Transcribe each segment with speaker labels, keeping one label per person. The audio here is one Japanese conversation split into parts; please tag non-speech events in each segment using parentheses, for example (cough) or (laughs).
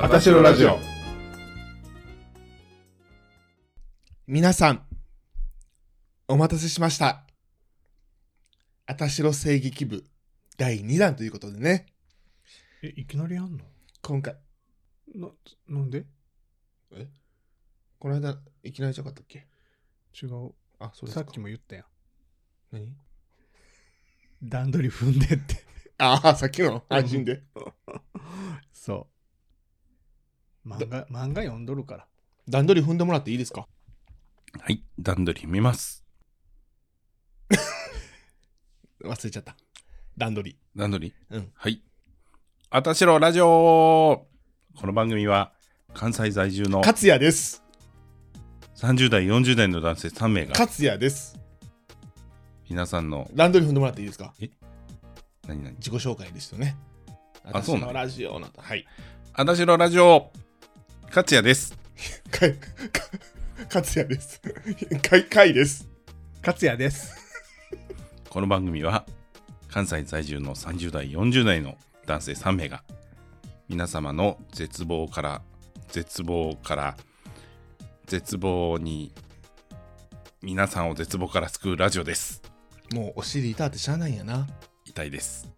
Speaker 1: あたしろラジオ。
Speaker 2: 皆さん、お待たせしました。あたしろ正義記部第2弾ということでね、
Speaker 3: え、いきなりやんの
Speaker 2: 今回、
Speaker 3: な、なんで
Speaker 2: この間、いきなりじゃなかったっけ
Speaker 3: 違う。
Speaker 2: あ、そうです
Speaker 3: さ
Speaker 2: か。
Speaker 3: っきも言ったやん。
Speaker 2: 何
Speaker 3: 段取り踏んでって。 (laughs)
Speaker 2: ああ、さっきの配信で。
Speaker 3: そう。漫画、漫画読んどるから。
Speaker 2: 段取り踏んでもらっていいですか
Speaker 1: はい、段取り見ます。
Speaker 2: 忘れちゃった。段取り。
Speaker 1: 段取り
Speaker 2: うん
Speaker 1: はい。あたしろラジオこの番組は、関西在住の
Speaker 2: 勝也です。
Speaker 1: 30代、40代の男性3名が、
Speaker 2: 勝也です。
Speaker 1: 皆さんの、
Speaker 2: 段取り踏んでもらっていいですか
Speaker 1: 何々、
Speaker 2: 自己紹介ですよね。
Speaker 1: あそうなの
Speaker 2: 私のラジオの、はい。
Speaker 1: あたしろラジオ勝也です。
Speaker 2: かい、か、勝也です。かい、かいです。
Speaker 3: 勝也です。
Speaker 1: この番組は、関西在住の30代、40代の男性3名が、皆様の絶望から、絶望から、絶望に、皆さんを絶望から救うラジオです。
Speaker 2: もうお尻痛ってしゃあないんやな。
Speaker 1: 痛いです。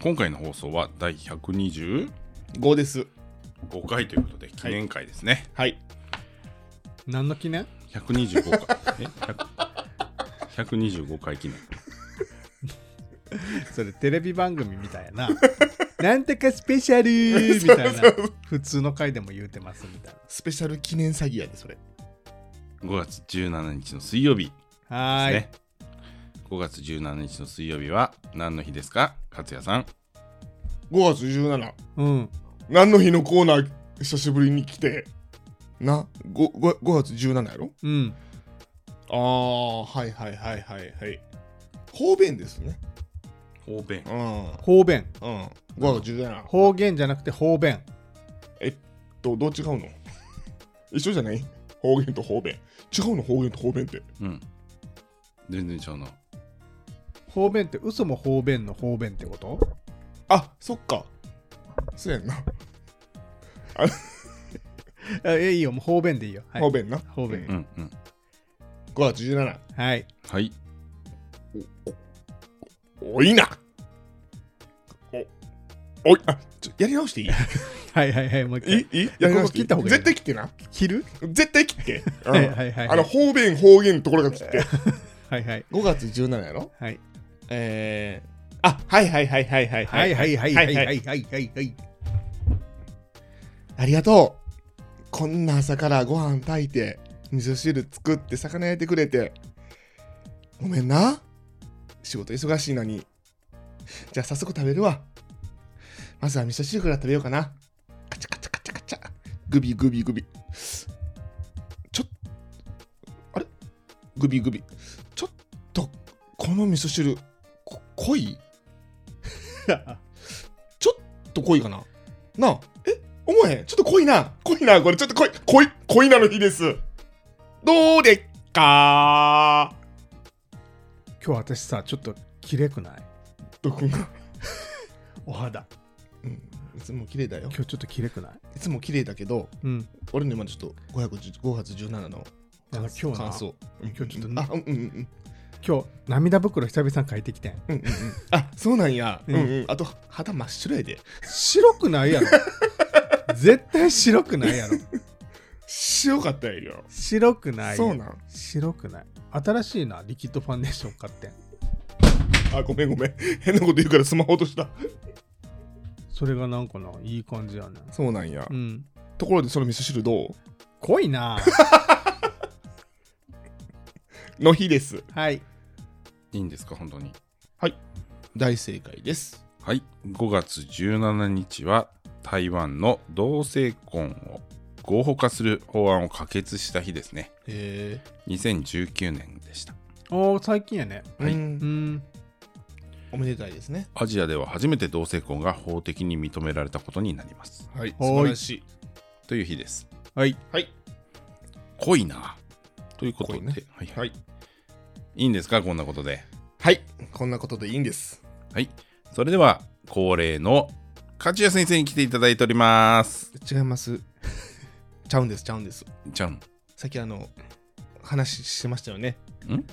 Speaker 1: 今回の放送は第125
Speaker 2: 5です。
Speaker 1: 回ということで、記念会ですね。
Speaker 2: はい。
Speaker 3: 何の記念
Speaker 1: 125回。
Speaker 3: (laughs)
Speaker 1: え100 125回記念。
Speaker 3: それテレビ番組みたいやな。 (laughs) なんとかスペシャルみたいな。普通の回でも言うてますみたい
Speaker 2: スペシャル記念詐欺やで、それ。
Speaker 1: 5月17日の水曜日。
Speaker 3: な。はーい。
Speaker 1: ね。5月17日の水曜日は何の日ですか勝也さん。
Speaker 2: 5月17。
Speaker 3: うん。
Speaker 2: 何の日のコーナー久しぶりに来て。な、5, 5, 月17やろ
Speaker 3: うん。
Speaker 2: ああー、はいはいはいはいはい。方便ですね。
Speaker 1: 方便
Speaker 2: う。ん。うん。
Speaker 3: 方便。
Speaker 2: 5月17。
Speaker 3: 方言じゃなくて方便。
Speaker 2: えっと、どう違うの (laughs) 一緒じゃない方言と方便。違うの方言と方便って。
Speaker 1: うん。全然ちゃうな。
Speaker 3: 方便って嘘も方便の方便ってこと
Speaker 2: あ、そっか。そうやんな。
Speaker 3: あえ、いいよ。もう方便でいいよ。はい
Speaker 2: 方。便な。
Speaker 3: 方
Speaker 2: う
Speaker 1: う
Speaker 3: 便。
Speaker 1: んうん。
Speaker 2: 5月17。
Speaker 3: はい。
Speaker 1: はい。
Speaker 2: おいなお、おい、あ、ちょ、やり直
Speaker 3: (laughs)
Speaker 2: していい
Speaker 3: はいはいはい。もう一
Speaker 2: い
Speaker 3: 回
Speaker 2: い。いやり直していい
Speaker 3: ここ切った方がいい
Speaker 2: 絶対切ってな。
Speaker 3: 切る
Speaker 2: 絶対切
Speaker 3: (laughs)
Speaker 2: って。うん
Speaker 3: はいはいはいはい
Speaker 2: あの、方便、方言のところが切
Speaker 3: (laughs)
Speaker 2: って。
Speaker 3: はいはい。
Speaker 2: 5月17やろ
Speaker 3: はい。
Speaker 2: えー、あ、はいはいはいはいはい。
Speaker 3: はいはいはいはいはいいはいはいはい。
Speaker 2: ありがとう。こんな朝からご飯炊いて、味噌汁作って魚焼いてくれて。ごめんな。仕事忙しいのに。じゃあ早速食べるわ。まずは味噌汁から食べようかな。カチャカチャカチャカチャ。グビグビグビ。ちょっ、あれグビグビ。ちょっと、この味噌汁、こ濃い (laughs) ちょっと濃いかななあえ思えへんちょっと濃いな濃いなこれちょっと濃い濃い濃いなの日ですどうでっか
Speaker 3: 今日私さ、ちょっときれくない
Speaker 2: どこが
Speaker 3: お肌。
Speaker 2: うんいつも綺麗だよ
Speaker 3: 今日ちょっときれくない
Speaker 2: いつも綺麗だけど
Speaker 3: うん。
Speaker 2: 俺の今ちょっと510 5月17の
Speaker 3: あの今日
Speaker 2: 感
Speaker 3: な、
Speaker 2: 想
Speaker 3: 今日ちょっと
Speaker 2: うんあうんうんうん
Speaker 3: 今日涙袋久々に書いてきてん。
Speaker 2: うんうんうんあそうなんやう
Speaker 3: うんん
Speaker 2: うんあと肌真っ白やで
Speaker 3: 白くないやろ。 (laughs) 絶対白くないやろ。
Speaker 2: 白かったんやよ
Speaker 3: 白くない。
Speaker 2: そうなん
Speaker 3: 白くない。新しいな、リキッドファンデーション買ってん。
Speaker 2: あごめんごめん変なこと言うからスマホ落とした
Speaker 3: それがなんかな、いい感じやねん。
Speaker 2: そうなんや
Speaker 3: うん。
Speaker 2: ところでその味噌汁どう
Speaker 3: 濃いな。
Speaker 2: の日です
Speaker 3: (laughs) はい。
Speaker 1: いいんですか本当に。
Speaker 2: 大正解です
Speaker 1: はい。5月17日は台湾の同性婚を合法化する法案を可決した日ですね。
Speaker 2: へ
Speaker 1: 2019年でした。
Speaker 3: おー、最近やね。
Speaker 2: え、
Speaker 1: はい
Speaker 2: うん
Speaker 3: うん。
Speaker 2: おめでたいですね
Speaker 1: アジアでは初めて同性婚が法的に認められたことになります。
Speaker 2: はい
Speaker 3: 素晴ら
Speaker 2: しい
Speaker 1: という日です。
Speaker 3: はい。
Speaker 2: はい
Speaker 1: 濃いなということで、
Speaker 2: 濃いね
Speaker 1: はいはい
Speaker 2: はい
Speaker 1: いいんですかこんなことで
Speaker 2: はいこんなことでいいんです
Speaker 1: はいそれでは恒例の勝谷先生に来ていただいております。
Speaker 2: 違います。 (laughs) ちゃうんです、ちゃうんです。
Speaker 1: じゃん。
Speaker 2: さっきあの、話してましたよね。
Speaker 1: ん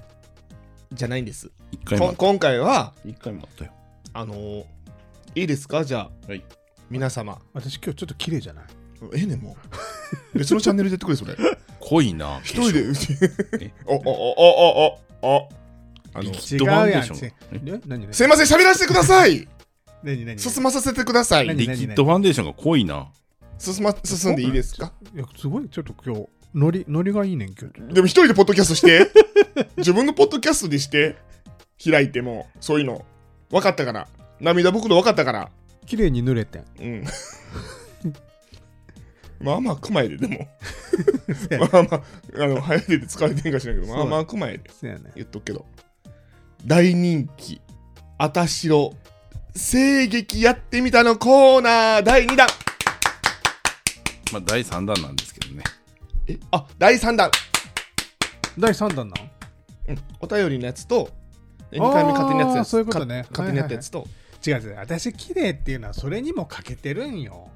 Speaker 2: じゃないんです。
Speaker 1: 一回
Speaker 2: こ
Speaker 1: も
Speaker 2: ん。今回は、
Speaker 1: 一回もあったよ。
Speaker 2: あのーいいですかじゃあ、
Speaker 1: はい
Speaker 2: 皆様。
Speaker 3: 私今日ちょっと綺麗じゃない
Speaker 2: ええねんもう。別のチャンネルでやってくれ、それ。
Speaker 1: 濃いな。
Speaker 2: (laughs) 一人でうち (laughs)
Speaker 1: え。
Speaker 2: お、お、お、お、お、お、お。あの、
Speaker 1: 化粧。あの、
Speaker 3: 違う
Speaker 1: リキッド版
Speaker 3: や
Speaker 1: で
Speaker 3: ん
Speaker 1: しょ。
Speaker 3: せ
Speaker 1: え
Speaker 3: え何何
Speaker 2: すいません、喋らせてください
Speaker 3: 何何
Speaker 2: 進まさせてください
Speaker 3: 何
Speaker 1: リキッドファンデーションが濃いな。
Speaker 2: 進ま、進んでいいですか
Speaker 3: いやすごいちょっと今日ノリノリがいいねん今日
Speaker 2: でも一人でポッドキャストして。 (laughs) 自分のポッドキャストでして。開いても、そういうの。分かったから。涙袋分かったから。
Speaker 3: 綺麗に濡れてん
Speaker 2: うん。 (laughs) まあまあ、熊やで、で
Speaker 3: (laughs)
Speaker 2: も。まあまあ、あの、早いで疲れてんかしないけど、まあまあ、熊やで。
Speaker 3: そうやね
Speaker 2: 言っとくけど。大人気、あたしろ、声劇やってみたのコーナー第2弾
Speaker 1: まあ、第3弾なんですけどね。
Speaker 2: えあ、第3弾
Speaker 3: 第3弾なん
Speaker 2: うん、お便りのやつと、2回目勝手にやったや
Speaker 3: あー
Speaker 2: つ、
Speaker 3: そういうことね
Speaker 2: か勝手にやったやつと、
Speaker 3: 違う違う私綺麗っていうのはそれにも欠けてるんよ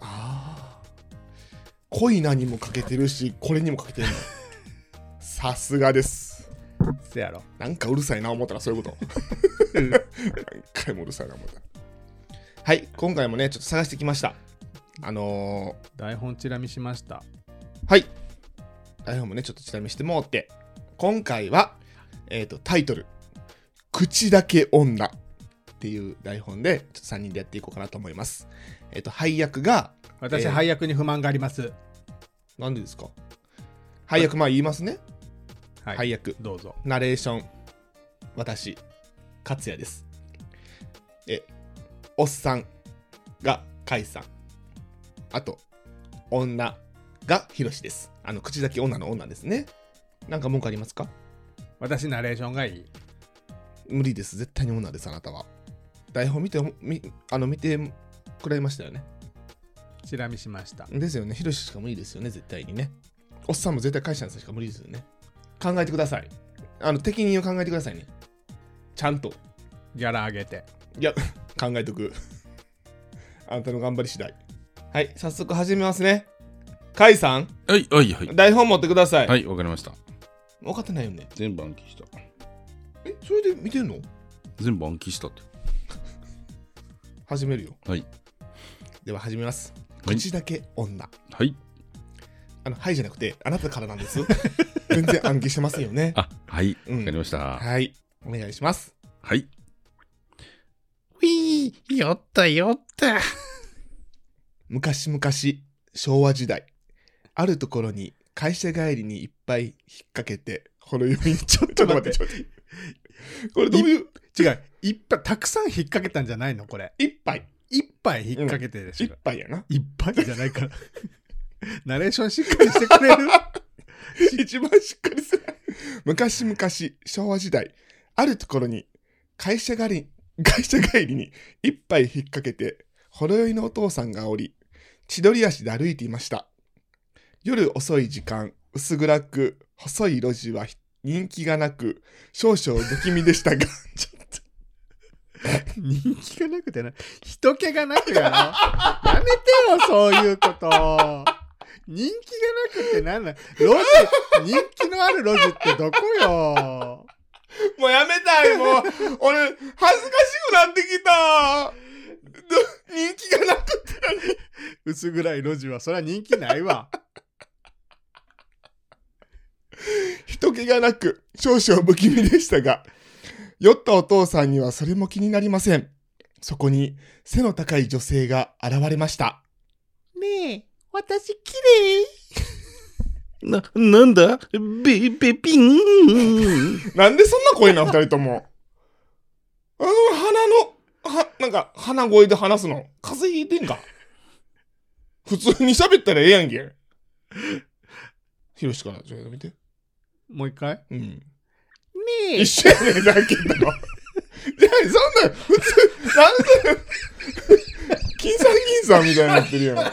Speaker 2: ああ恋なにも欠けてるし、これにも欠けてるの。さすがです。
Speaker 3: せやろ
Speaker 2: なんかうるさいな思ったらそういうこと。何回もうるさいな思った。はい、今回もね、ちょっと探してきました。あの
Speaker 3: 台本チラ見しました
Speaker 2: ー、はい。台本もね、ちょっとちなみしてもうって。今回は、えっ、と、タイトル、口だけ女っていう台本で、ちょっと3人でやっていこうかなと思います。えっ、と、配役が、
Speaker 3: 私、
Speaker 2: えー
Speaker 3: 配役に不満があります
Speaker 2: なんでですか配役、まあ言いますね。
Speaker 3: は
Speaker 2: 配役、
Speaker 3: どうぞ
Speaker 2: ナレーション、私、勝也です。え、おっさんが甲斐さん。あと、女がひろしです。あの、口だけ女の女ですね。なんか文句ありますか
Speaker 3: 私ナレーションがいい
Speaker 2: 無理です。絶対に女です、あなたは。台本見て、みあの見てくれましたよね。
Speaker 3: チラ見しました
Speaker 2: ですよね。ひろししか無理ですよね、絶対にね。おっさんも絶対会社さんしか無理ですよね。考えてください。あの、適任を考えてくださいね。ちゃんと。
Speaker 3: ギャラ上げて
Speaker 2: いや、 (laughs) 考えとく。あんたの頑張り次第。はい、早速始めますね。甲斐さん、
Speaker 1: はい、はい、はい。
Speaker 2: 台本持ってください。
Speaker 1: はい、わかりました。
Speaker 2: 分かってないよね。
Speaker 1: 全部暗記した。
Speaker 2: え、それで見てんの
Speaker 1: 全部暗記したって。
Speaker 2: 始めるよ。
Speaker 1: はい。
Speaker 2: では始めます。
Speaker 1: はい
Speaker 2: 口だけ女。
Speaker 1: はい。
Speaker 2: あの、はいじゃなくて、あなたからなんです。 (laughs) 全然暗記してませんよね。
Speaker 1: あ、はい。
Speaker 2: うん
Speaker 1: わかりました。
Speaker 2: はい、お願いします。
Speaker 1: はい。ウィー、酔った酔った。
Speaker 2: 昔々昭和時代あるところに会社帰りにいっぱい引っ掛け (laughs) てほろ酔いにちょっと待ってちょっと待って (laughs) これどういう
Speaker 3: 違ういっぱいたくさん引っ掛けたんじゃないのこれ
Speaker 2: 一杯
Speaker 3: いっぱい引っ掛けてるでしょ、
Speaker 2: 一杯やな
Speaker 3: いっぱいじゃないから (laughs) ナレーションしっかりしてくれる
Speaker 2: (laughs) 一番しっかりする昔々昭和時代あるところに会社帰り (laughs) 会社帰りに一杯引っ掛けてほろ酔いのお父さんがおり千鳥足で歩いていました夜遅い時間薄暗く細い路地は人気がなく少々不気味でした (laughs) が
Speaker 3: 人気がなくてな人気がなくやろやめてよそういうこと人気がなくってなんなん路地人気のある路地ってどこよ
Speaker 2: もうやめたい、もう。俺、恥ずかしくなってきた。 (laughs) ど人気がなくて。
Speaker 3: 薄暗い路地はそりゃ人気ないわ
Speaker 2: 人気がなく、少々不気味でしたが、酔ったお父さんにはそれも気になりません。そこに、背の高い女性が現れました。
Speaker 3: ねえ私綺
Speaker 1: な、なんだべ、べ、ピン。
Speaker 2: なんでそんな声な、二人とも。あの、鼻の、は、なんか、鼻声で話すの。風邪ひいてんか。普通に喋ったらええやんけ。ひろしから、ちょっと見て。
Speaker 3: もう一回
Speaker 2: うん。
Speaker 3: ね
Speaker 2: 一緒やねんだけど。じゃあ、そんなん、普通、なんで、金さん金さんみたいになってるやん。ね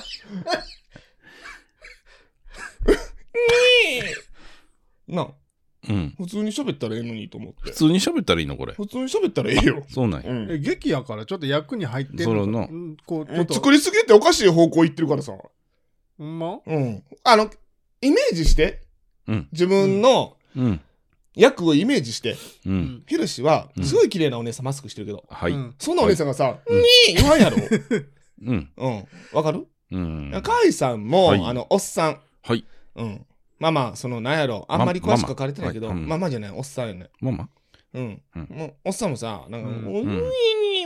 Speaker 2: え。なあ、
Speaker 1: うん。
Speaker 2: 普通に喋ったらええのにと思っ
Speaker 1: 普
Speaker 2: て
Speaker 1: 通に喋ったらいいのこれ
Speaker 2: 普通に喋ったらええよ、
Speaker 1: そうなん
Speaker 2: う
Speaker 1: や
Speaker 2: ん、
Speaker 3: え劇やからちょっと役に入って
Speaker 1: それ
Speaker 3: る
Speaker 1: な
Speaker 3: こうち
Speaker 2: もう
Speaker 3: ょっと
Speaker 2: 作りすぎておかしい方向行ってるからさ
Speaker 3: ほんま
Speaker 2: うんあのイメージして、
Speaker 1: うん
Speaker 2: 自分の
Speaker 1: うん
Speaker 2: 役をイメージして
Speaker 1: う
Speaker 3: うんん
Speaker 2: ひろしは
Speaker 1: うん
Speaker 2: すごい綺麗なお姉さんマスクしてるけど、
Speaker 1: はい
Speaker 3: うん
Speaker 2: そんなお姉さんがさ「
Speaker 1: うん
Speaker 2: にー」言わんやろ
Speaker 1: うん
Speaker 2: うんわかる
Speaker 1: うん
Speaker 2: 甲斐さんも、
Speaker 1: はい
Speaker 2: あのおっさん、
Speaker 1: はい
Speaker 2: うん、まあまあそのなんやろあんまり詳しく書かれてないけど、
Speaker 1: ま
Speaker 2: ま
Speaker 1: マ
Speaker 2: あ
Speaker 1: マはいうん
Speaker 2: まあじゃないおっさんよね
Speaker 1: ママ
Speaker 2: うん、
Speaker 1: うん
Speaker 2: もうおっさんもさなんか「
Speaker 3: うん
Speaker 2: おい
Speaker 1: うん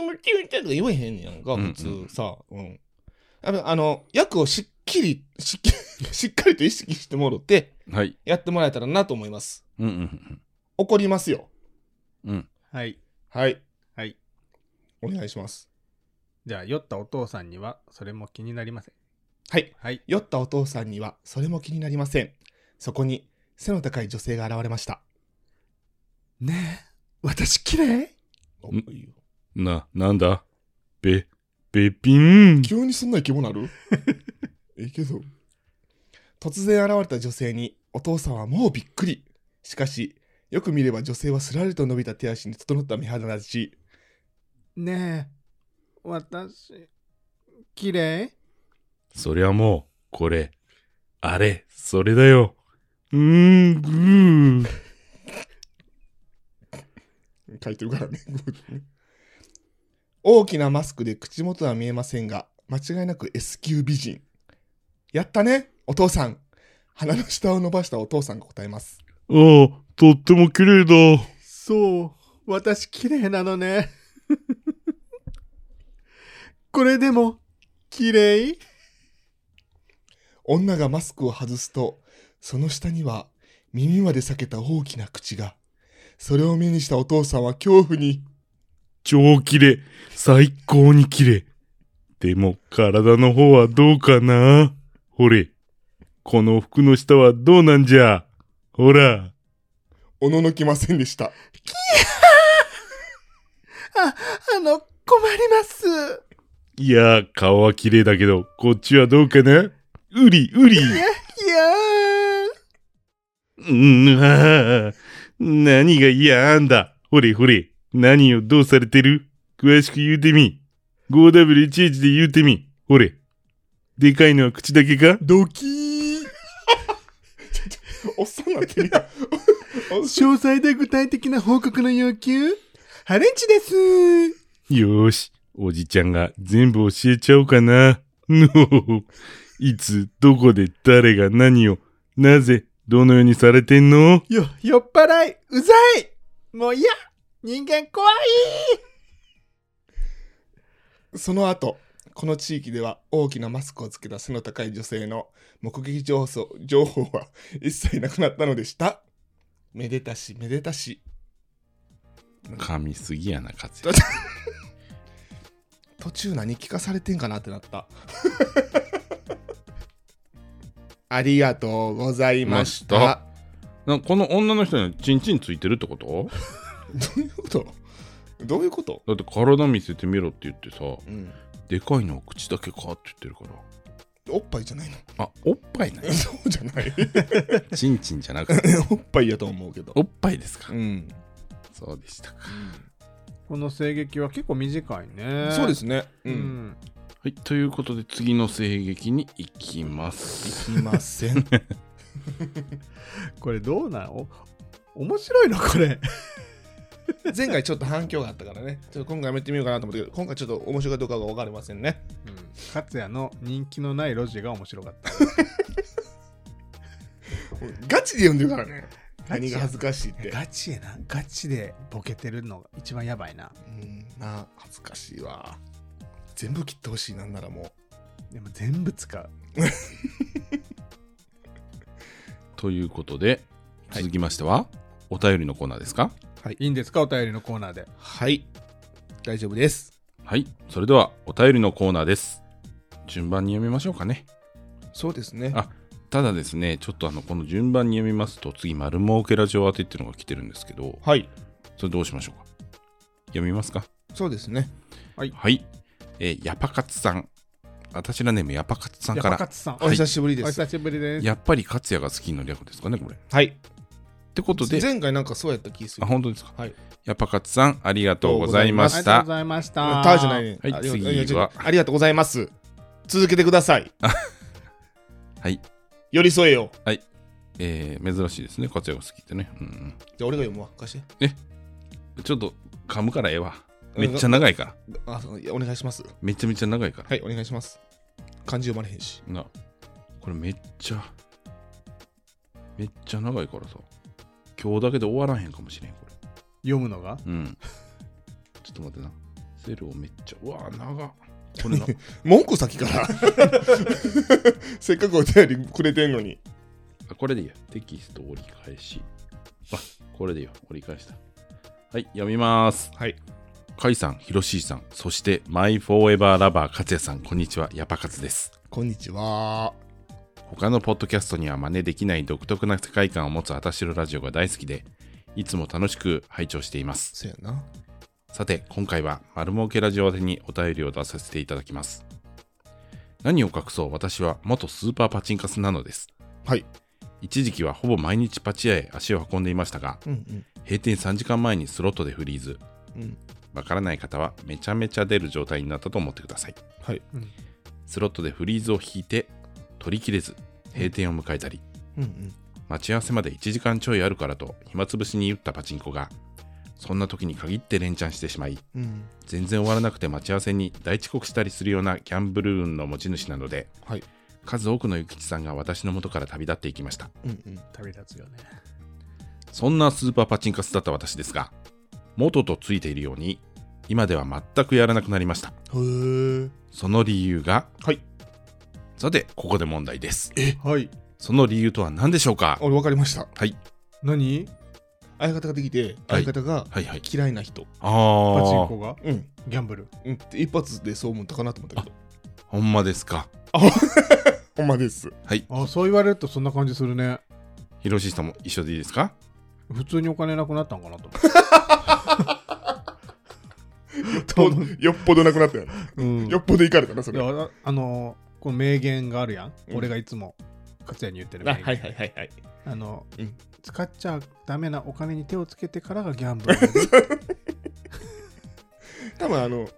Speaker 2: にむちみち」とか言わへんやんか
Speaker 1: うん
Speaker 2: 普通さ、うんやっぱあの役をしっきりしっきり (laughs) しっかりと意識してもろって
Speaker 1: はい
Speaker 2: やってもらえたらなと思います
Speaker 1: うんうん
Speaker 2: 怒りますよ
Speaker 1: うんうん
Speaker 3: はい
Speaker 2: はい
Speaker 3: はい
Speaker 2: お願いします
Speaker 3: じゃあ酔ったお父さんにはそれも気になりません
Speaker 2: はい
Speaker 3: はい
Speaker 2: 酔ったお父さんにはそれも気になりませんそこに背の高い女性が現れました
Speaker 3: ねえ私綺麗
Speaker 2: お
Speaker 1: ん
Speaker 2: いいよ
Speaker 1: ななんだべべぴ
Speaker 2: (laughs)
Speaker 1: ん
Speaker 2: 急にそんなイケボなる (laughs) ええけど突然現れた女性にお父さんはもうびっくりしかしよく見れば女性はすらりと伸びた手足に整った目肌だし
Speaker 3: ねえ私綺麗
Speaker 1: そりゃもうこれあれそれだようーんぐー
Speaker 2: 書いてるからね (laughs) 大きなマスクで口元は見えませんが間違いなく S 級美人やったねお父さん鼻の下を伸ばしたお父さんが答えます
Speaker 1: ああとっても綺麗だ
Speaker 3: そう私綺麗なのね (laughs) これでも綺麗
Speaker 2: 女がマスクを外すとその下には耳まで裂けた大きな口がそれを目にしたお父さんは恐怖に
Speaker 1: 超綺麗最高に綺麗でも体の方はどうかなほれこの服の下はどうなんじゃほら
Speaker 2: おののきませんでした
Speaker 3: ああの困ります
Speaker 1: いやー顔は綺麗だけどこっちはどうかなうりうり
Speaker 3: いやー
Speaker 1: うんああ何が嫌んだほれほれ何をどうされてる詳しく言うてみ 5WHH で言うてみほれでかいのは口だけか
Speaker 3: ドキー
Speaker 2: (laughs) おっさんなってるやんおっさ
Speaker 3: 詳細で具体的な報告の要求ハレンチです
Speaker 1: よーし、おじちゃんが全部教えちゃおうかな。のほほいつ、どこで、誰が何を、なぜ、どのようにされてんの
Speaker 3: よ酔っ払いうざいもういや人間怖い
Speaker 2: んその後この地域では大きなマスクをつけた背の高い女性の目撃情報情報は一切なくなったのでしためでたしめでたし
Speaker 1: 噛みすぎやな、勝
Speaker 2: 也途中何聞かされてんかなってなった (laughs) ありがとうございまし
Speaker 1: ました
Speaker 2: た
Speaker 1: なこの女の人にチンチンついてるってこと
Speaker 2: どういうことどういうこと、
Speaker 1: だって体見せてみろって言ってさ、
Speaker 2: うん、
Speaker 1: でかいのは口だけかって言ってるから。
Speaker 2: おっぱいじゃないの (laughs)
Speaker 1: あ、おっぱいない。
Speaker 2: そうじゃない
Speaker 1: チンチンじゃなくて、
Speaker 2: (laughs) おっぱいやと思うけど
Speaker 1: おっぱいですか
Speaker 2: う。ん、
Speaker 1: そうでしたか。
Speaker 3: この声劇は結構短いね
Speaker 2: そうですねう、
Speaker 3: うんん、
Speaker 1: はい、ということで次の声劇に行きます。
Speaker 2: いません (laughs)
Speaker 3: これどうなのお面白いのこれ
Speaker 2: 前回ちょっと反響があったからねちょっと今回もやってみようかなと思ったけど今回ちょっと面白いかどうかが分かりませんね
Speaker 3: 勝也の人気のない路地が面白かった。
Speaker 2: ガチで読んでるからね何が恥ずかしいって、
Speaker 3: ガチやな。ガチでボケてるのが一番やばいな。
Speaker 2: うん、まあ恥ずかしいわ全部切ってほしいなんならも
Speaker 3: でも全部使う。
Speaker 1: ということで、続きましては、お便りのコーナーですか
Speaker 3: いいんですかお便りのコーナーで
Speaker 2: う。はい大丈夫です
Speaker 1: はい、それではお便りのコーナーです。順番に読みましょうかね。
Speaker 2: そうですね
Speaker 1: あただですね、ちょっとあのこの順番に読みますと、次、丸儲けラジオ宛てっていうのが来てるんですけど、
Speaker 2: はい
Speaker 1: それどうしましょうか読みますか
Speaker 2: そうですね
Speaker 1: はい。えー、ヤパカツさん。私らネームヤパカツさんか
Speaker 3: 山
Speaker 1: ら。
Speaker 3: 勝さん。
Speaker 2: お久しぶりで
Speaker 3: お
Speaker 2: す
Speaker 3: 久しぶりです。
Speaker 1: やっぱり勝也が好きの略ですかね、これ。
Speaker 2: はい
Speaker 1: ってことで、
Speaker 2: 前回なんかそうやった気す
Speaker 1: あ、
Speaker 2: る。
Speaker 1: 本当ですか。
Speaker 2: はい。
Speaker 1: やっぱかつさん、ありがとうございま
Speaker 3: あり
Speaker 1: し
Speaker 3: がとう
Speaker 1: た
Speaker 3: ご。ざいました。
Speaker 2: ターじゃないね。
Speaker 1: はい
Speaker 2: ありがとう
Speaker 1: 次はい
Speaker 2: やちょっとありがとうございます。続けてください。
Speaker 1: はい。
Speaker 2: 寄り添えよ。
Speaker 1: えー、珍しいですね、こちらが好きってね。うん
Speaker 2: じゃあ俺が読むわ。貸して。
Speaker 1: うん。ちょっと、噛むからええわ。めっちゃ長いから。
Speaker 2: あ、そういやお願いします。
Speaker 1: めちゃめちゃ長いから。
Speaker 2: はい、お願いします。漢字読まれへんし。
Speaker 1: な、これめっちゃ、めっちゃ長いからさ。今日だけで終わらへんかもしれん、これ。
Speaker 3: 読むのが
Speaker 1: うん。 (laughs) ちょっと待ってな。セルをめっちゃ、うわー、長っこ (laughs) れな。
Speaker 2: 文句先 (laughs) から。せっかくお便りくれてんのに。
Speaker 1: あこれでいいや。テキスト折り返し。あ、これでいいよ。折り返した。はい、読みます。
Speaker 2: はい。
Speaker 1: カイさん、ヒロシーさん、そして、マイフォーエバーラバー、勝也さん、こんにちは、ヤパカツです。
Speaker 2: こんにちは。
Speaker 1: 他のポッドキャストには真似できない独特な世界観を持つあたしろラジオが大好きで、いつも楽しく拝聴しています。
Speaker 2: そやな。
Speaker 1: さて、今回は丸儲けラジオ宛てにお便りを出させていただきます。何を隠そう、私は元スーパーパチンカスなのです。
Speaker 2: はい。
Speaker 1: 一時期はほぼ毎日パチ屋へ足を運んでいましたが、
Speaker 2: うん
Speaker 1: 閉店3時間前にスロットでフリーズ。
Speaker 2: うん。うん。
Speaker 1: わからない方はめちゃめちゃ出る状態になったと思ってください。
Speaker 2: はい。
Speaker 1: スロットでフリーズを引いて、取り切れず、閉店を迎えたり、
Speaker 2: うんうん。
Speaker 1: 待ち合わせまで1時間ちょいあるからと暇つぶしに言ったパチンコが、そんな時に限って連チャンしてしまい、
Speaker 2: うん。
Speaker 1: 全然終わらなくて待ち合わせに大遅刻したりするようなギャンブル運の持ち主なので
Speaker 2: はい。
Speaker 1: 数多くの諭吉さんが私の元から旅立っていきました
Speaker 2: うんうん。
Speaker 3: 旅立つよね。
Speaker 1: そんなスーパーパチンカスだった私ですが元とついているように今では全くやらなくなりました
Speaker 2: へえ。
Speaker 1: その理由が
Speaker 2: はい。
Speaker 1: さてここで問題です
Speaker 3: はい。
Speaker 1: その理由とは何でしょうか
Speaker 2: 俺分かりました。
Speaker 1: はい
Speaker 3: 何
Speaker 2: 相方ができて、
Speaker 1: はい
Speaker 2: 相方が
Speaker 1: はいはい
Speaker 2: 嫌いな人。
Speaker 3: パ
Speaker 1: あ
Speaker 3: チン
Speaker 1: ー
Speaker 3: コが
Speaker 2: うん。
Speaker 3: ギャンブル。
Speaker 2: うん。って一発でそう思ったかなと思ったけど。
Speaker 1: ほんまですか
Speaker 2: (laughs) ほんまです。
Speaker 3: あ、そう言われるとそんな感じするね。
Speaker 1: ヒロシさんも一緒でいいですか
Speaker 3: 普通にお金なくなったんかなと
Speaker 2: と
Speaker 3: 思って。
Speaker 2: よっぽどなくなったよね。
Speaker 3: うん
Speaker 2: よっぽど行かれたな、そ
Speaker 3: い
Speaker 2: れ。
Speaker 3: やああのーこの名言があるやん、
Speaker 2: うん
Speaker 3: 俺がいつも勝也に言ってる
Speaker 2: あ
Speaker 3: 名
Speaker 2: はい
Speaker 3: 言
Speaker 2: はいはいはい。
Speaker 3: あの、
Speaker 2: うん
Speaker 3: 使っちゃダメなお金に手をつけてからがギャンブル
Speaker 2: 多分あの、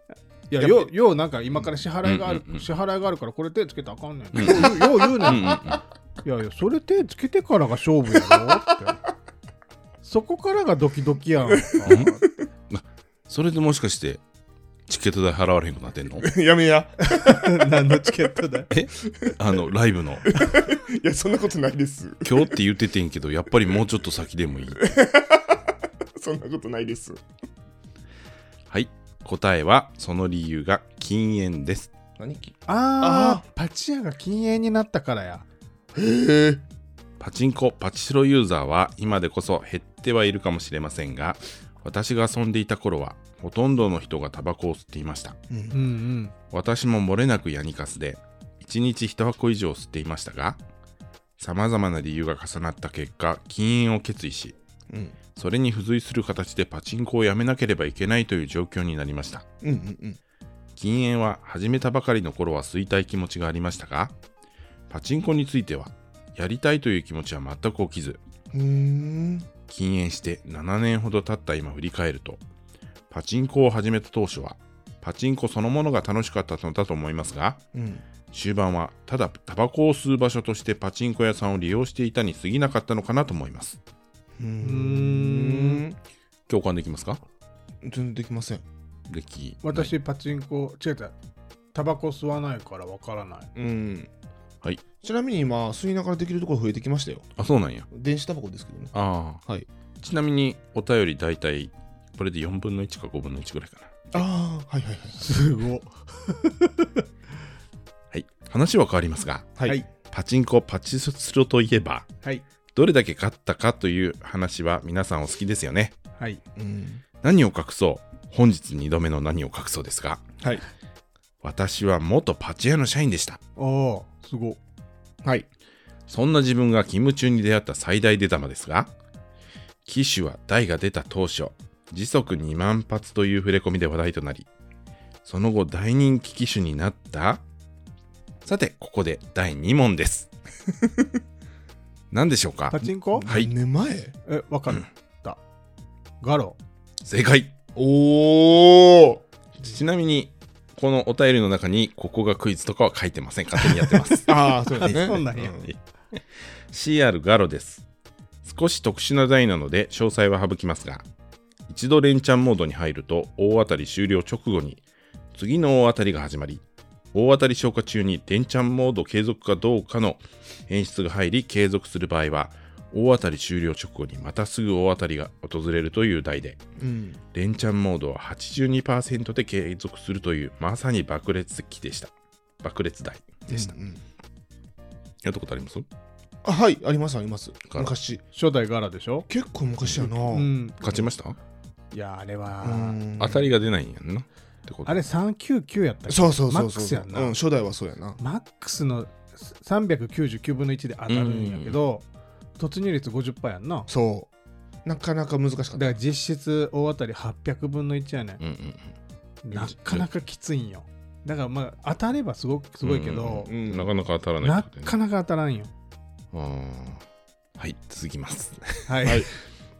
Speaker 3: いや
Speaker 2: やっぱ
Speaker 3: ようようなんか今から支払いがある、
Speaker 1: うんうんうん
Speaker 3: 支払いがあるからこれ手つけたらあかんねんようよう言うね
Speaker 1: うんんうんうん
Speaker 3: いやいやそれ手つけてからが勝負やろってそこからがドキドキやんか
Speaker 1: それでもしかしてチケット代払われへんくなってんの (laughs)
Speaker 2: やめや。
Speaker 3: 何のチケッ
Speaker 2: (laughs)
Speaker 3: トだよ
Speaker 1: あのライブの
Speaker 2: いや、そんなことないです。
Speaker 1: 今日って言っててんけどやっぱりもうちょっと先でもいい
Speaker 2: そんなことないです。
Speaker 1: はい答えはその理由が禁煙です
Speaker 2: 何き
Speaker 3: あーあパチ屋が禁煙になったからや
Speaker 2: へえ。
Speaker 1: パチンコパチスロユーザーは今でこそ減ってはいるかもしれませんが私が遊んでいた頃はほとんどの人がタバコを吸っていました
Speaker 2: うん
Speaker 3: うんうん
Speaker 1: 私も漏れなくヤニカスで1日1箱以上吸っていましたがさまざまな理由が重なった結果禁煙を決意し
Speaker 2: うん
Speaker 1: それに付随する形でパチンコをやめなければいけないという状況になりました
Speaker 2: うんうん
Speaker 1: 禁煙は始めたばかりの頃は吸いたい気持ちがありましたがパチンコについてはやりたいという気持ちは全く起きず
Speaker 2: うん。うーん。
Speaker 1: 禁煙して7年ほど経った今振り返るとパチンコを始めた当初はパチンコそのものが楽しかったのだと思いますが
Speaker 2: うん。
Speaker 1: 終盤はただタバコを吸う場所としてパチンコ屋さんを利用していたに過ぎなかったのかなと思います
Speaker 2: うー
Speaker 3: ん
Speaker 2: ん。
Speaker 1: 共感できますか
Speaker 2: 全然できません。
Speaker 1: できない
Speaker 3: 私パチンコ違う違うタバコ吸わないからわからない
Speaker 2: うん。
Speaker 1: はい。
Speaker 2: ちなみに今、吸いながらできるところ増えてきましたよ。
Speaker 1: あそうなんや
Speaker 2: 電子タバコですけどね。
Speaker 1: ああ
Speaker 2: はい
Speaker 1: ちなみにお便り大体これで4分の1か5分の1ぐらいかな
Speaker 2: ああ、はいはい
Speaker 3: すご
Speaker 1: はい、話は変わりますが、
Speaker 2: はい。
Speaker 3: はい。
Speaker 1: パチンコ、パチスロといえば、
Speaker 3: はい
Speaker 1: どれだけ勝ったかという話は皆さんお好きですよね。
Speaker 3: はい
Speaker 2: うん。
Speaker 1: 何を隠そう本日2度目の何を隠そうですが、
Speaker 2: はい。
Speaker 1: 私は元パチ屋の社員でした。
Speaker 3: ああすご
Speaker 2: はい。
Speaker 1: そんな自分が勤務中に出会った最大出玉ですが、機種は台が出た当初、時速2万発という触れ込みで話題となり、その後大人気機種になった、さて、ここで第2問です。 (laughs) 何でしょうか
Speaker 3: パチンコ
Speaker 1: はい
Speaker 2: 何年前
Speaker 3: え、わかった。ガロ。
Speaker 1: 正解
Speaker 2: おお
Speaker 1: ちなみにこのお便りの中にここがクイズとかは書いてません勝手にやってます
Speaker 2: ああ、そうだね。
Speaker 3: (laughs) そうなんや
Speaker 2: う
Speaker 1: CR ガロです少し特殊な台なので詳細は省きますが一度連チャンモードに入ると大当たり終了直後に次の大当たりが始まり大当たり消化中に連チャンモード継続かどうかの演出が入り継続する場合は大当たり終了直後にまたすぐ大当たりが訪れるという台で
Speaker 2: うん。
Speaker 1: レンチャンモードは82%で継続するというまさに爆裂機でした。爆裂台でした。
Speaker 2: うんうん
Speaker 1: やったことあります
Speaker 2: あはい、ありますあります。
Speaker 1: から
Speaker 2: 昔。
Speaker 3: 初代ガラでしょ
Speaker 2: 結構昔やな。
Speaker 3: う
Speaker 2: うん。
Speaker 3: ん。
Speaker 1: 勝ちました、
Speaker 3: いや、あれは。
Speaker 1: 当たりが出ないんやんな。ってこと
Speaker 3: あれ399やったっけ
Speaker 2: そうそうそうそう。
Speaker 3: マックスやんな
Speaker 2: うん、初代はそうやな。
Speaker 3: マックスの399分の1で当たるんやけど、突入率50%やんな。
Speaker 2: そう。なかなか難しかった。
Speaker 3: だから実質大当たり800分の1やねん
Speaker 1: うんうん
Speaker 3: なかなかきついんよ。だからまあ当たればすごくすごいけど
Speaker 1: う、んうんうんなかなか当たらない
Speaker 3: な
Speaker 1: ってことね
Speaker 3: かなか当たらんよ。
Speaker 1: あーはい、続きます。 (laughs)
Speaker 3: はい。
Speaker 2: は
Speaker 3: はいい。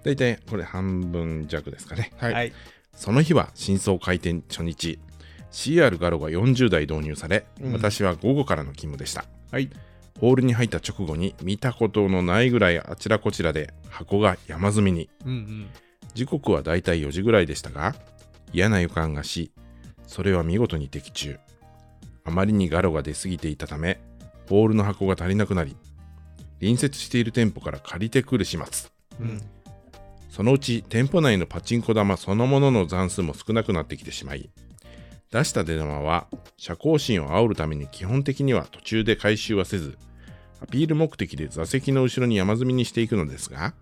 Speaker 1: だいたいこれ半分弱ですかね。
Speaker 2: はい
Speaker 1: その日は真相開店初日 CR ガロが40台導入され、
Speaker 2: うん
Speaker 1: 私は午後からの勤務でした、
Speaker 3: はい
Speaker 1: ホールに入った直後に見たことのないぐらいあちらこちらで箱が山積みに
Speaker 3: うんうん。
Speaker 1: 時刻はだいたい4時ぐらいでしたが嫌な予感がしそれは見事に的中あまりにガロが出過ぎていたためホールの箱が足りなくなり隣接している店舗から借りてくる始末
Speaker 3: うん
Speaker 1: そのうち店舗内のパチンコ玉そのものの残数も少なくなってきてしまい出した出玉は社交心を煽るために基本的には途中で回収はせずアピール目的で座席の後ろに山積みにしていくのですが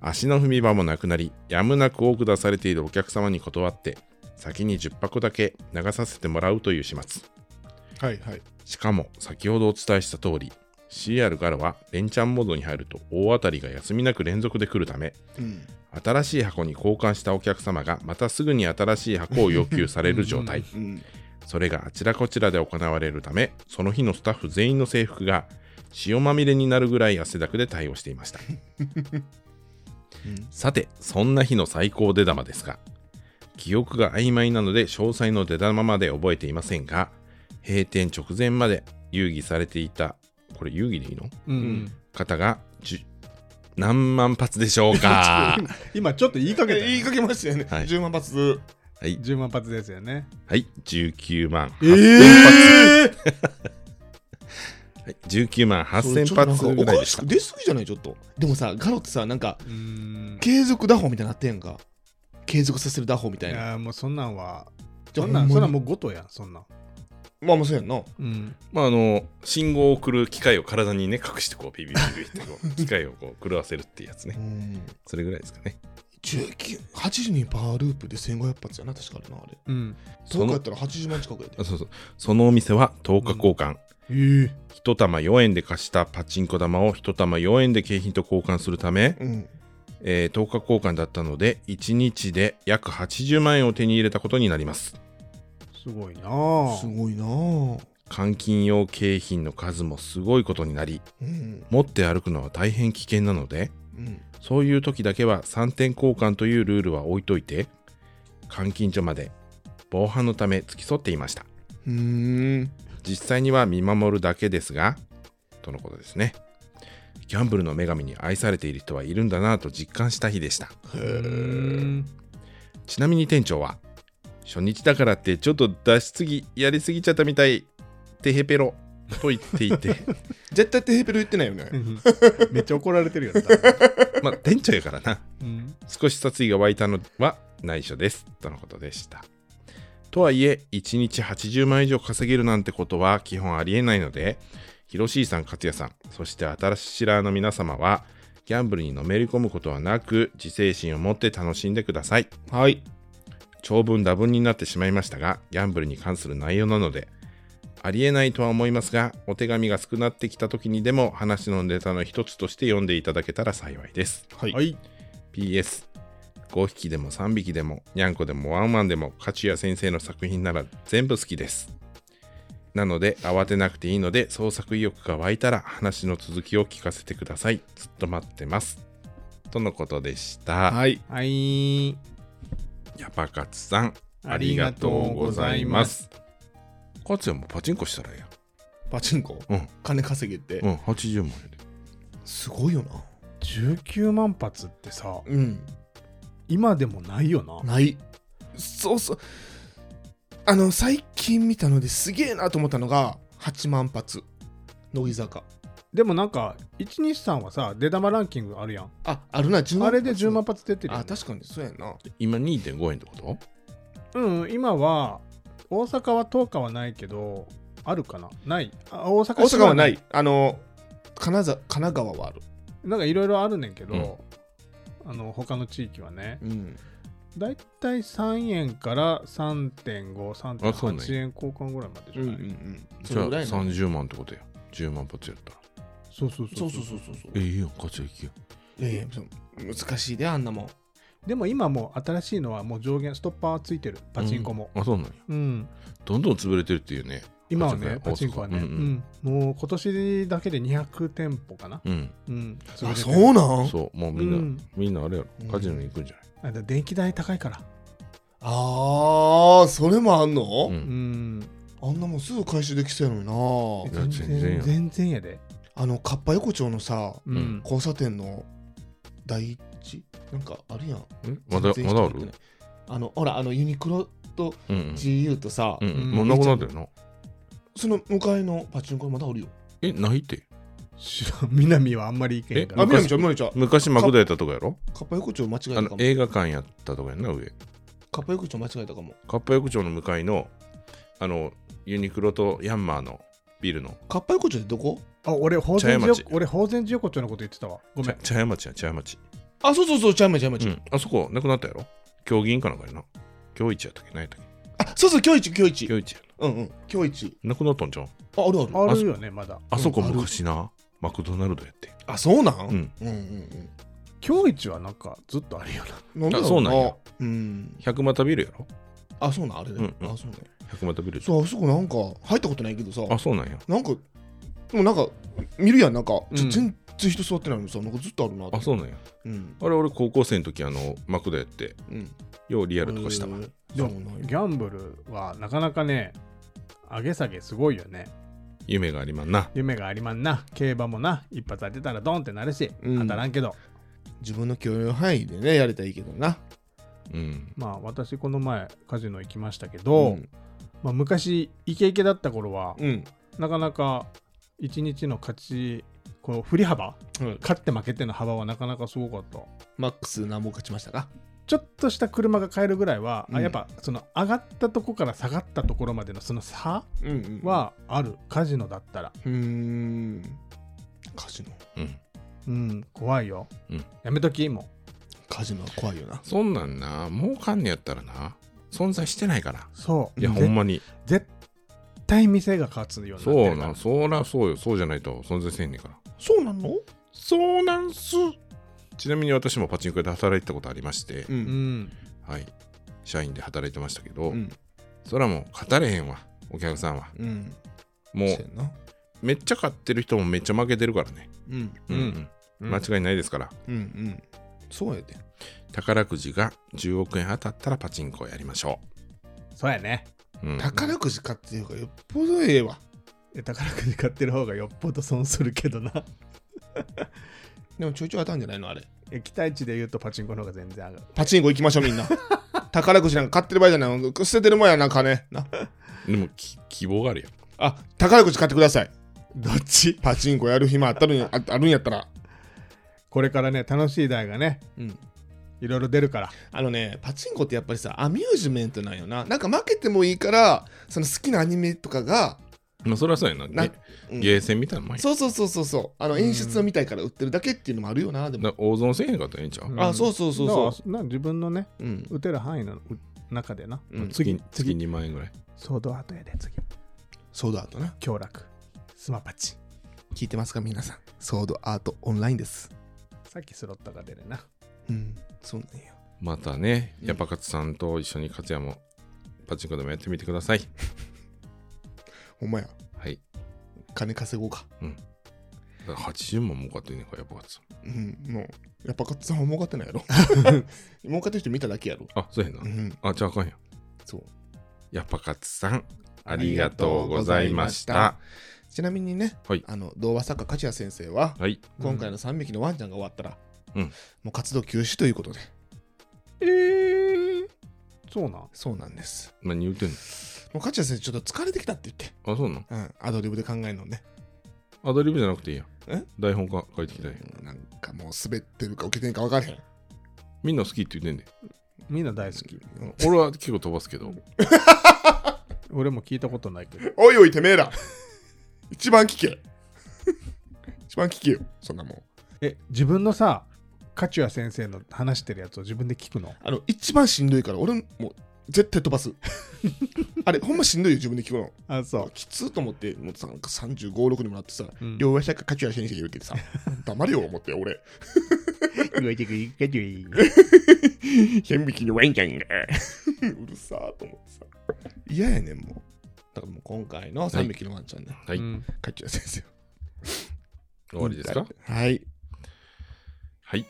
Speaker 1: 足の踏み場もなくなりやむなく多く出されているお客様に断って先に10箱だけ流させてもらうという始末
Speaker 2: はいはい。
Speaker 1: しかも先ほどお伝えした通り CR からは連チャンモードに入ると大当たりが休みなく連続で来るため
Speaker 2: うん。
Speaker 1: 新しい箱に交換したお客様がまたすぐに新しい箱を要求される状態
Speaker 2: うん。
Speaker 1: それがあちらこちらで行われるためその日のスタッフ全員の制服が塩まみれになるぐらい汗だくで対応していましたさてそんな日の最高出玉ですが記憶が曖昧なので詳細の出玉まで覚えていませんが閉店直前まで遊戯されていたこれ遊戯でいいの
Speaker 3: うんうん。
Speaker 1: 方が10何万発でしょうか
Speaker 3: (laughs) 今ちょっと言いかけたよね
Speaker 2: 言いかけましたよね。
Speaker 1: はい
Speaker 2: 10万発。
Speaker 1: はい
Speaker 3: 10万発ですよね。
Speaker 1: はい、19万
Speaker 3: え
Speaker 1: 8000発。はい、19万8000
Speaker 2: そ
Speaker 1: 発
Speaker 2: れちょっとな
Speaker 1: ぐ
Speaker 2: んからおか
Speaker 1: いで
Speaker 2: し
Speaker 1: し
Speaker 2: く
Speaker 1: た。
Speaker 2: 出すぎじゃないちょっと。でもさ、ガロってさ、なんか
Speaker 3: うーん。
Speaker 2: 継続打法みたいになってんか。継続させる打法みた
Speaker 3: い
Speaker 2: いな。
Speaker 3: やもうそんなんは、
Speaker 2: じゃ
Speaker 3: そ
Speaker 2: あ
Speaker 3: んなん、
Speaker 2: ほ
Speaker 3: そん
Speaker 2: んまに
Speaker 3: なんもうごとやん、そんなん。
Speaker 2: まあまあそうやんな。
Speaker 3: うん。
Speaker 1: まあ、あの、信号を送る機械を体にね、隠してこう、ピピピピってこう、機械をこう、狂わせるっていうやつ
Speaker 2: う
Speaker 1: ね。 (laughs)
Speaker 2: ん。
Speaker 1: それぐらいですかね。
Speaker 2: 19 82パーループで1500発やな、確かにな、あれ。
Speaker 3: うん。
Speaker 1: そ
Speaker 2: そう
Speaker 1: の
Speaker 2: やったら80万近くやで
Speaker 1: あ。そうそう。そのお店は10日交換。
Speaker 3: えー、
Speaker 1: 一玉4円で貸したパチンコ玉を一玉4円で景品と交換するため、
Speaker 2: うん。
Speaker 1: えー10日交換だったので1日で約80万円を手に入れたことになります
Speaker 3: すごいなあ
Speaker 2: すごいなぁ。
Speaker 1: 換金用景品の数もすごいことになり
Speaker 2: うん。
Speaker 1: 持って歩くのは大変危険なので
Speaker 2: うん。
Speaker 1: そういう時だけは3点交換というルールは置いといて監禁所まで防犯のため付き添っていました
Speaker 2: うーん。
Speaker 1: 実際には見守るだけですがとのことですねギャンブルの女神に愛されている人はいるんだなぁと実感した日でした
Speaker 2: へー
Speaker 3: うーん
Speaker 1: ちなみに店長は初日だからってちょっと出しすぎやりすぎちゃったみたいてへぺろと言っていて
Speaker 2: 絶対テヘペル言ってないよね。
Speaker 3: めっちゃ怒られてるやん。多分
Speaker 1: まあ店長やからな
Speaker 3: うん
Speaker 1: 少し殺意が湧いたのは内緒ですとのことでしたとはいえ1日80万以上稼げるなんてことは基本ありえないので広しいさん勝也さんそして新しらの皆様はギャンブルにのめり込むことはなく自制心を持って楽しんでください
Speaker 2: はい。
Speaker 1: 長文多文になってしまいましたがギャンブルに関する内容なのでありえないとは思いますがお手紙が少なってきた時にでも話のネタの一つとして読んでいただけたら幸いです
Speaker 2: はい
Speaker 3: は。い。
Speaker 1: PS5 匹でも3匹でもにゃんこでもワンワンでも勝谷先生の作品なら全部好きですなので慌てなくていいので創作意欲が湧いたら話の続きを聞かせてくださいずっと待ってますとのことでした、
Speaker 2: はい。
Speaker 3: はい。
Speaker 1: ヤパカツさんありがとうございま。すカツヤもパチンコしたらええや
Speaker 2: パチンコ、
Speaker 1: うん
Speaker 2: 金稼げて、
Speaker 1: うん80万やです
Speaker 2: ごいよな。
Speaker 3: 19万発ってさ、
Speaker 2: うん。
Speaker 3: 今でもないよな。
Speaker 2: ない。そうそう。あの、最近見たのですげえなと思ったのが、8万発。乃木坂。
Speaker 3: でもなんか、123はさ、出玉ランキングあるやん。
Speaker 2: あ、あるな、10
Speaker 3: あれで10万発出てるよね
Speaker 2: あ、確かにそうやんな。
Speaker 1: 今2.5円ってこと
Speaker 3: うん、今は、大阪は10日はないけど、あるかなない。あ大
Speaker 2: 大
Speaker 3: 阪市
Speaker 2: 阪はない。。あの、金沢神奈川はある。
Speaker 3: なんかいろいろあるねんけど、あの、他の地域はね、
Speaker 2: うん。
Speaker 3: だいたい3円から3.5、
Speaker 1: あそうなんや
Speaker 3: 3.8円交換ぐらいまでじゃ
Speaker 2: うんうん
Speaker 3: な
Speaker 2: う
Speaker 3: い、
Speaker 2: ん。そ
Speaker 1: じゃあ
Speaker 2: れぐらいの
Speaker 1: 30万ってことや10万発やったら
Speaker 3: そうそう
Speaker 2: そ
Speaker 3: そうう
Speaker 2: そうそうそうそう。
Speaker 1: ええやんカツヤ行きや
Speaker 2: いやいや、そう難しいで、あんなもん。
Speaker 3: でも今もう新しいのはもう上限ストッパーついてるパチンコも、
Speaker 1: あそうなんや
Speaker 3: うん
Speaker 1: どんどん潰れてるっていうね
Speaker 3: 今は
Speaker 1: そうだ
Speaker 3: ね
Speaker 1: ね
Speaker 3: パチンコはね、
Speaker 1: 大
Speaker 3: う
Speaker 1: 阪
Speaker 3: んもう今年だけで200店舗かな、
Speaker 1: うん
Speaker 3: うん、そ
Speaker 2: あ、そうなん
Speaker 1: そうもうみんな、
Speaker 3: うん
Speaker 1: みんなあれや
Speaker 2: うん
Speaker 1: ろカジノに行くんじゃない、
Speaker 3: あだ電気代高いから、
Speaker 2: あー、それもあん
Speaker 1: う
Speaker 2: の
Speaker 3: うんん、
Speaker 2: あんなもんすぐ回収できそうやのに
Speaker 1: いや
Speaker 3: 全
Speaker 1: 全然
Speaker 3: 然
Speaker 1: や
Speaker 3: 全然やで、
Speaker 2: な。あの、かっぱ横丁のさ、
Speaker 3: うん
Speaker 1: うん
Speaker 2: 交差点の第一なんかあるやん。
Speaker 1: んまだ
Speaker 2: 全
Speaker 1: ま
Speaker 2: 然
Speaker 1: だ
Speaker 2: 人入
Speaker 1: あ
Speaker 2: ってな
Speaker 1: る
Speaker 2: いあの、ほら、あの、ユニクロと
Speaker 1: うんうん、
Speaker 2: GU とさ、
Speaker 1: うんうん
Speaker 3: うん
Speaker 1: もうなくなってるな
Speaker 2: その向かいのパチンコ屋まだあるよ。
Speaker 1: えないって
Speaker 3: 知らん南はあんまり行けへんから
Speaker 2: あ、
Speaker 1: え昔
Speaker 2: みなみちゃん、みなみちゃん。か
Speaker 1: 昔マクドやったとこやろ
Speaker 2: っぱ横丁間違え
Speaker 1: あ
Speaker 2: た
Speaker 1: の
Speaker 2: かも。
Speaker 1: 映画館やったとこやんな上
Speaker 2: かっぱ横丁間違えたかも。
Speaker 1: カッパ浴場の向かいのあのユニクロとヤンマーのビルの
Speaker 2: かっぱ横丁ってどこ
Speaker 3: あ俺宝
Speaker 1: 茶屋
Speaker 3: 泉
Speaker 1: 町
Speaker 3: 寺俺宝泉寺横丁のこと言ってたわごめん
Speaker 1: ちゃ茶屋町や茶屋町、
Speaker 2: あ、そうそうそう、ちゃいまちゃいま
Speaker 1: う
Speaker 2: ちゃう。
Speaker 1: ん、あそこなくなったやろ競技員かなんかやな競一やったっけないやった
Speaker 2: あ、
Speaker 1: っ
Speaker 2: そうそう、今日一、今日一。
Speaker 1: け競一や
Speaker 2: うんうん、今日一。
Speaker 1: ななくなったんじゃん
Speaker 2: あ、あるある。
Speaker 3: あるよねまだ
Speaker 1: あそこ昔なマクドナルドやって
Speaker 2: あ、そうなん
Speaker 1: う
Speaker 2: うんんうん
Speaker 3: 今日一はなんかずっとあるよな
Speaker 2: うん。なんだろ
Speaker 1: あそうなんや
Speaker 2: うん。
Speaker 1: 百股ビルやろ
Speaker 2: あ、そうなん、あれね。
Speaker 1: うんうん
Speaker 2: あ、そうなんや。
Speaker 1: 百股ビル
Speaker 2: そう、あそこなんか、入ったことないけどさ、
Speaker 1: あそうなんや
Speaker 2: なんか、でもなんか、見るやん、なんか、ち
Speaker 3: う
Speaker 2: ょ全
Speaker 3: ん
Speaker 2: 然人座ってないのにさ、なんかずっとあるなって
Speaker 1: あそうなんや
Speaker 2: うん。
Speaker 1: あれ俺高校生の時あのマクドやって
Speaker 2: うん。
Speaker 1: ようリアルとかしたわ
Speaker 2: へー。
Speaker 3: でも
Speaker 2: そうなんや
Speaker 3: ギャンブルはなかなかね上げ下げすごいよね
Speaker 1: 夢がありまんな
Speaker 3: 夢がありまんな競馬もな一発当てたらドンってなるし、
Speaker 2: うん
Speaker 3: 当たらんけど
Speaker 2: 自分の許容範囲でね、やれたらいいけどな。
Speaker 1: うん
Speaker 3: まあ私この前カジノ行きましたけ
Speaker 2: う
Speaker 3: ど、
Speaker 2: ん
Speaker 3: まあ、昔イケイケだった頃は、
Speaker 2: うん。
Speaker 3: なかなか一日の勝ちこう振り幅
Speaker 2: うん
Speaker 3: 勝って負けての幅はなかなかすごかった
Speaker 2: マックス何本勝ちましたか
Speaker 3: ちょっとした車が買えるぐらいは、あ
Speaker 2: うん
Speaker 3: やっぱその上がったとこから下がったところまでのその差
Speaker 2: うんうんは、
Speaker 3: はある、カジノだったら
Speaker 2: うーん。カジノ。
Speaker 1: うん
Speaker 3: うん怖いよ、
Speaker 1: うん
Speaker 3: やめときも
Speaker 2: カジノは怖いよな。
Speaker 1: そんなんな儲かんねやったらな存在してないから
Speaker 3: うそう
Speaker 1: いやほんまに
Speaker 3: 絶対店が勝つようになって
Speaker 1: そう
Speaker 3: るか
Speaker 1: な
Speaker 3: ら
Speaker 1: ん、そらそうよ、そうじゃないと存在せんねんから。
Speaker 2: そうなの
Speaker 1: そうなんす。ちなみに私もパチンコ屋で働いてたことありまして、
Speaker 2: う。
Speaker 3: うんん
Speaker 1: はい、社員で働いてましたけど、
Speaker 2: うん。
Speaker 1: そらもう勝たれへんわ、お客さんは。
Speaker 2: うん。
Speaker 1: も
Speaker 2: そう
Speaker 1: う
Speaker 2: やな。
Speaker 1: めっちゃ勝ってる人もめっちゃ負けてるからね。
Speaker 2: うん。
Speaker 1: うんうん、間違いないですから、
Speaker 2: うんうん。そうやで。
Speaker 1: 宝くじが10億円当たったらパチンコをやりましょ
Speaker 3: そうやね
Speaker 1: う。うん、
Speaker 2: 宝くじ買っていうかよっぽどええわ。
Speaker 3: え宝くじ買ってる方がよっぽど損するけどな (laughs)
Speaker 2: でもちょいちょい当たんじゃないのあれ。
Speaker 3: え期待値で言うとパチンコの方が全然上がる
Speaker 2: パチンコ行きましょうみんな。 (laughs) 宝くじなんか買ってる場合じゃない。捨ててるもんやな、金。な。
Speaker 1: でもき希望があるよ。
Speaker 2: あ、宝くじ買ってください。
Speaker 3: どっち
Speaker 2: パチンコやる暇あったるんやああるんやったら。
Speaker 3: これからね楽しい台がね
Speaker 2: うん。
Speaker 3: いろいろ出るから
Speaker 2: あのね、パチンコってやっぱりさ、アミュージメントなんよな。なんか負けてもいいから、その好きなアニメとかが、
Speaker 1: まあ、それはそうやな。
Speaker 2: な
Speaker 1: ゲ
Speaker 2: うん
Speaker 1: ゲーセンみたいなもんや。
Speaker 2: そうそうそうそうそう。あの演出を見たいから売ってるだけっていうのもあるよな、でも。
Speaker 1: だから大損せえへんかったらええんちゃう、
Speaker 3: うん
Speaker 2: あ、そうそうそう
Speaker 3: だ
Speaker 2: そ
Speaker 3: からな自分のね
Speaker 2: う。うん。
Speaker 3: 打てる範囲のう中でな、
Speaker 2: うん
Speaker 1: 次、次2万円ぐらい。
Speaker 3: ソードアートやで次
Speaker 2: ソードアートな。
Speaker 3: 強楽スマパチ
Speaker 2: 聞いてますか、皆さん。ソードアートオンラインです。
Speaker 3: さっきスロットが出るな
Speaker 2: うん。そうなんや。
Speaker 1: またね、
Speaker 2: うん
Speaker 1: ヤパカツさんと一緒に勝也もパチンコでもやってみてください。
Speaker 2: ほんまや。
Speaker 1: はい。
Speaker 2: 金稼ごうか。
Speaker 1: だから80万儲かってんねんから、やっぱ勝つ。
Speaker 2: うん。もう、やっぱカツさんは儲かってないやろ。儲かってる人見ただけやろ。
Speaker 1: あ、そうやな
Speaker 2: う。ん。
Speaker 1: あ、じゃああかんやん。
Speaker 2: そう。
Speaker 1: やっぱ勝さん、ありがとうございまし
Speaker 2: あ
Speaker 1: た。
Speaker 2: ちなみにね、
Speaker 1: はい
Speaker 2: あの童話作家梶谷先生は、
Speaker 1: はい。
Speaker 2: 今回の3匹のワンちゃんが終わったら、
Speaker 1: うん
Speaker 2: もう活動休止ということで、
Speaker 3: えー、そうなん
Speaker 2: そうなんです。
Speaker 1: 何言うてんの
Speaker 2: もう梶谷先生ちょっと疲れてきたって言っ
Speaker 1: あ、そうなん
Speaker 2: て、うん、アドリブで考えるのね。
Speaker 1: アドリブじゃなくていいやん
Speaker 2: え。
Speaker 1: 台本か書いてきたやん。
Speaker 2: うんなんかもう滑ってるか受けてんか分からへん。
Speaker 1: みんな好きって言ってんで。
Speaker 3: みんな大好き。
Speaker 2: うん
Speaker 1: 俺は結構飛ばすけど。
Speaker 3: 俺も聞いたことないけど。
Speaker 2: おいおいてめえら一番聞け一番聞けよ、そんなもん。
Speaker 3: え、自分のさ、カチュア先生の話してるやつを自分で聞くの
Speaker 2: あの、一番しんどいから、俺もう絶対飛ばす。 (laughs) あれ、ほんましんどいよ、自分で聞くの。
Speaker 3: あ、そ
Speaker 2: きつーと思って、もうなんか35、6にもなってさ、
Speaker 3: う。うん、
Speaker 2: 両足かカチュア先生言うけどさ、 (laughs) 黙れよ、思って、俺。
Speaker 3: 言われてくるカチュ
Speaker 2: 千匹のワンちゃんが。 (laughs) うるさーと思ってさ。嫌やねん、もう。だからもう今回の3匹のワンちゃんね、
Speaker 1: は
Speaker 3: ア
Speaker 1: い。
Speaker 3: うん
Speaker 2: カチュア先生。
Speaker 1: 終わりですか
Speaker 2: はい。
Speaker 1: はい。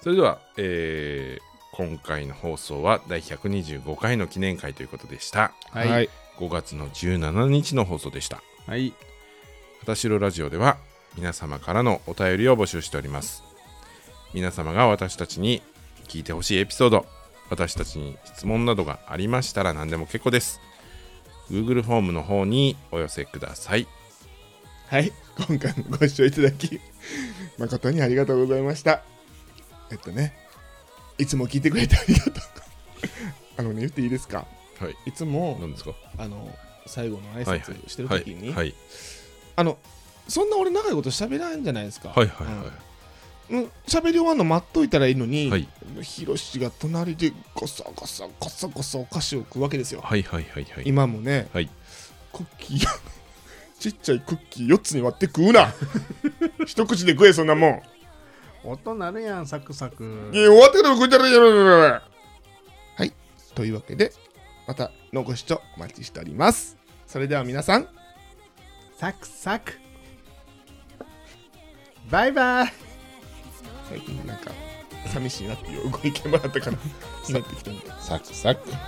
Speaker 1: それでは、えー今回の放送は第125回の記念会ということでした。
Speaker 3: はい。
Speaker 2: は
Speaker 3: はい
Speaker 2: い。
Speaker 1: 5月の17日の放送でした。
Speaker 3: はい。
Speaker 1: はたしろラジオでは皆様からのお便りを募集しております皆様が私たちに聞いてほしいエピソード私たちに質問などがありましたら何でも結構です Google フォームの方にお寄せください
Speaker 2: はい。今回もご視聴いただき、誠にありがとうございました。えっとね、いつも聞いてくれてありがとう。あのね、言っていいですか
Speaker 1: はい
Speaker 2: いつも、
Speaker 1: 何ですか
Speaker 2: あの、最後の挨
Speaker 1: はい
Speaker 2: 拶してる時に、
Speaker 1: はい
Speaker 2: あの、そんな俺長いこと喋らんじゃないですか。
Speaker 1: はいはいはい
Speaker 2: うんうん喋り終わるの待っといたらいいのに、
Speaker 1: はい
Speaker 2: ヒロシが隣でゴソゴソゴソゴソお菓子を食うわけですよ。
Speaker 1: はいはいはいはいはい
Speaker 2: 今もね、
Speaker 1: はい
Speaker 2: クッキー (laughs) ちっちゃいクッキー4つに割って食う
Speaker 1: (laughs)
Speaker 2: な一口で食えそんなもん。
Speaker 3: 音なるやん、サクサク。
Speaker 2: いや終わってから食いたらいいやろ。はい、というわけで、またのご視聴お待ちしております。それでは皆さん、
Speaker 3: サクサク。バイバイ。
Speaker 2: 最近なんか寂しいなっていうご意見もらったから、なってきたんで。
Speaker 1: サクサク
Speaker 4: 「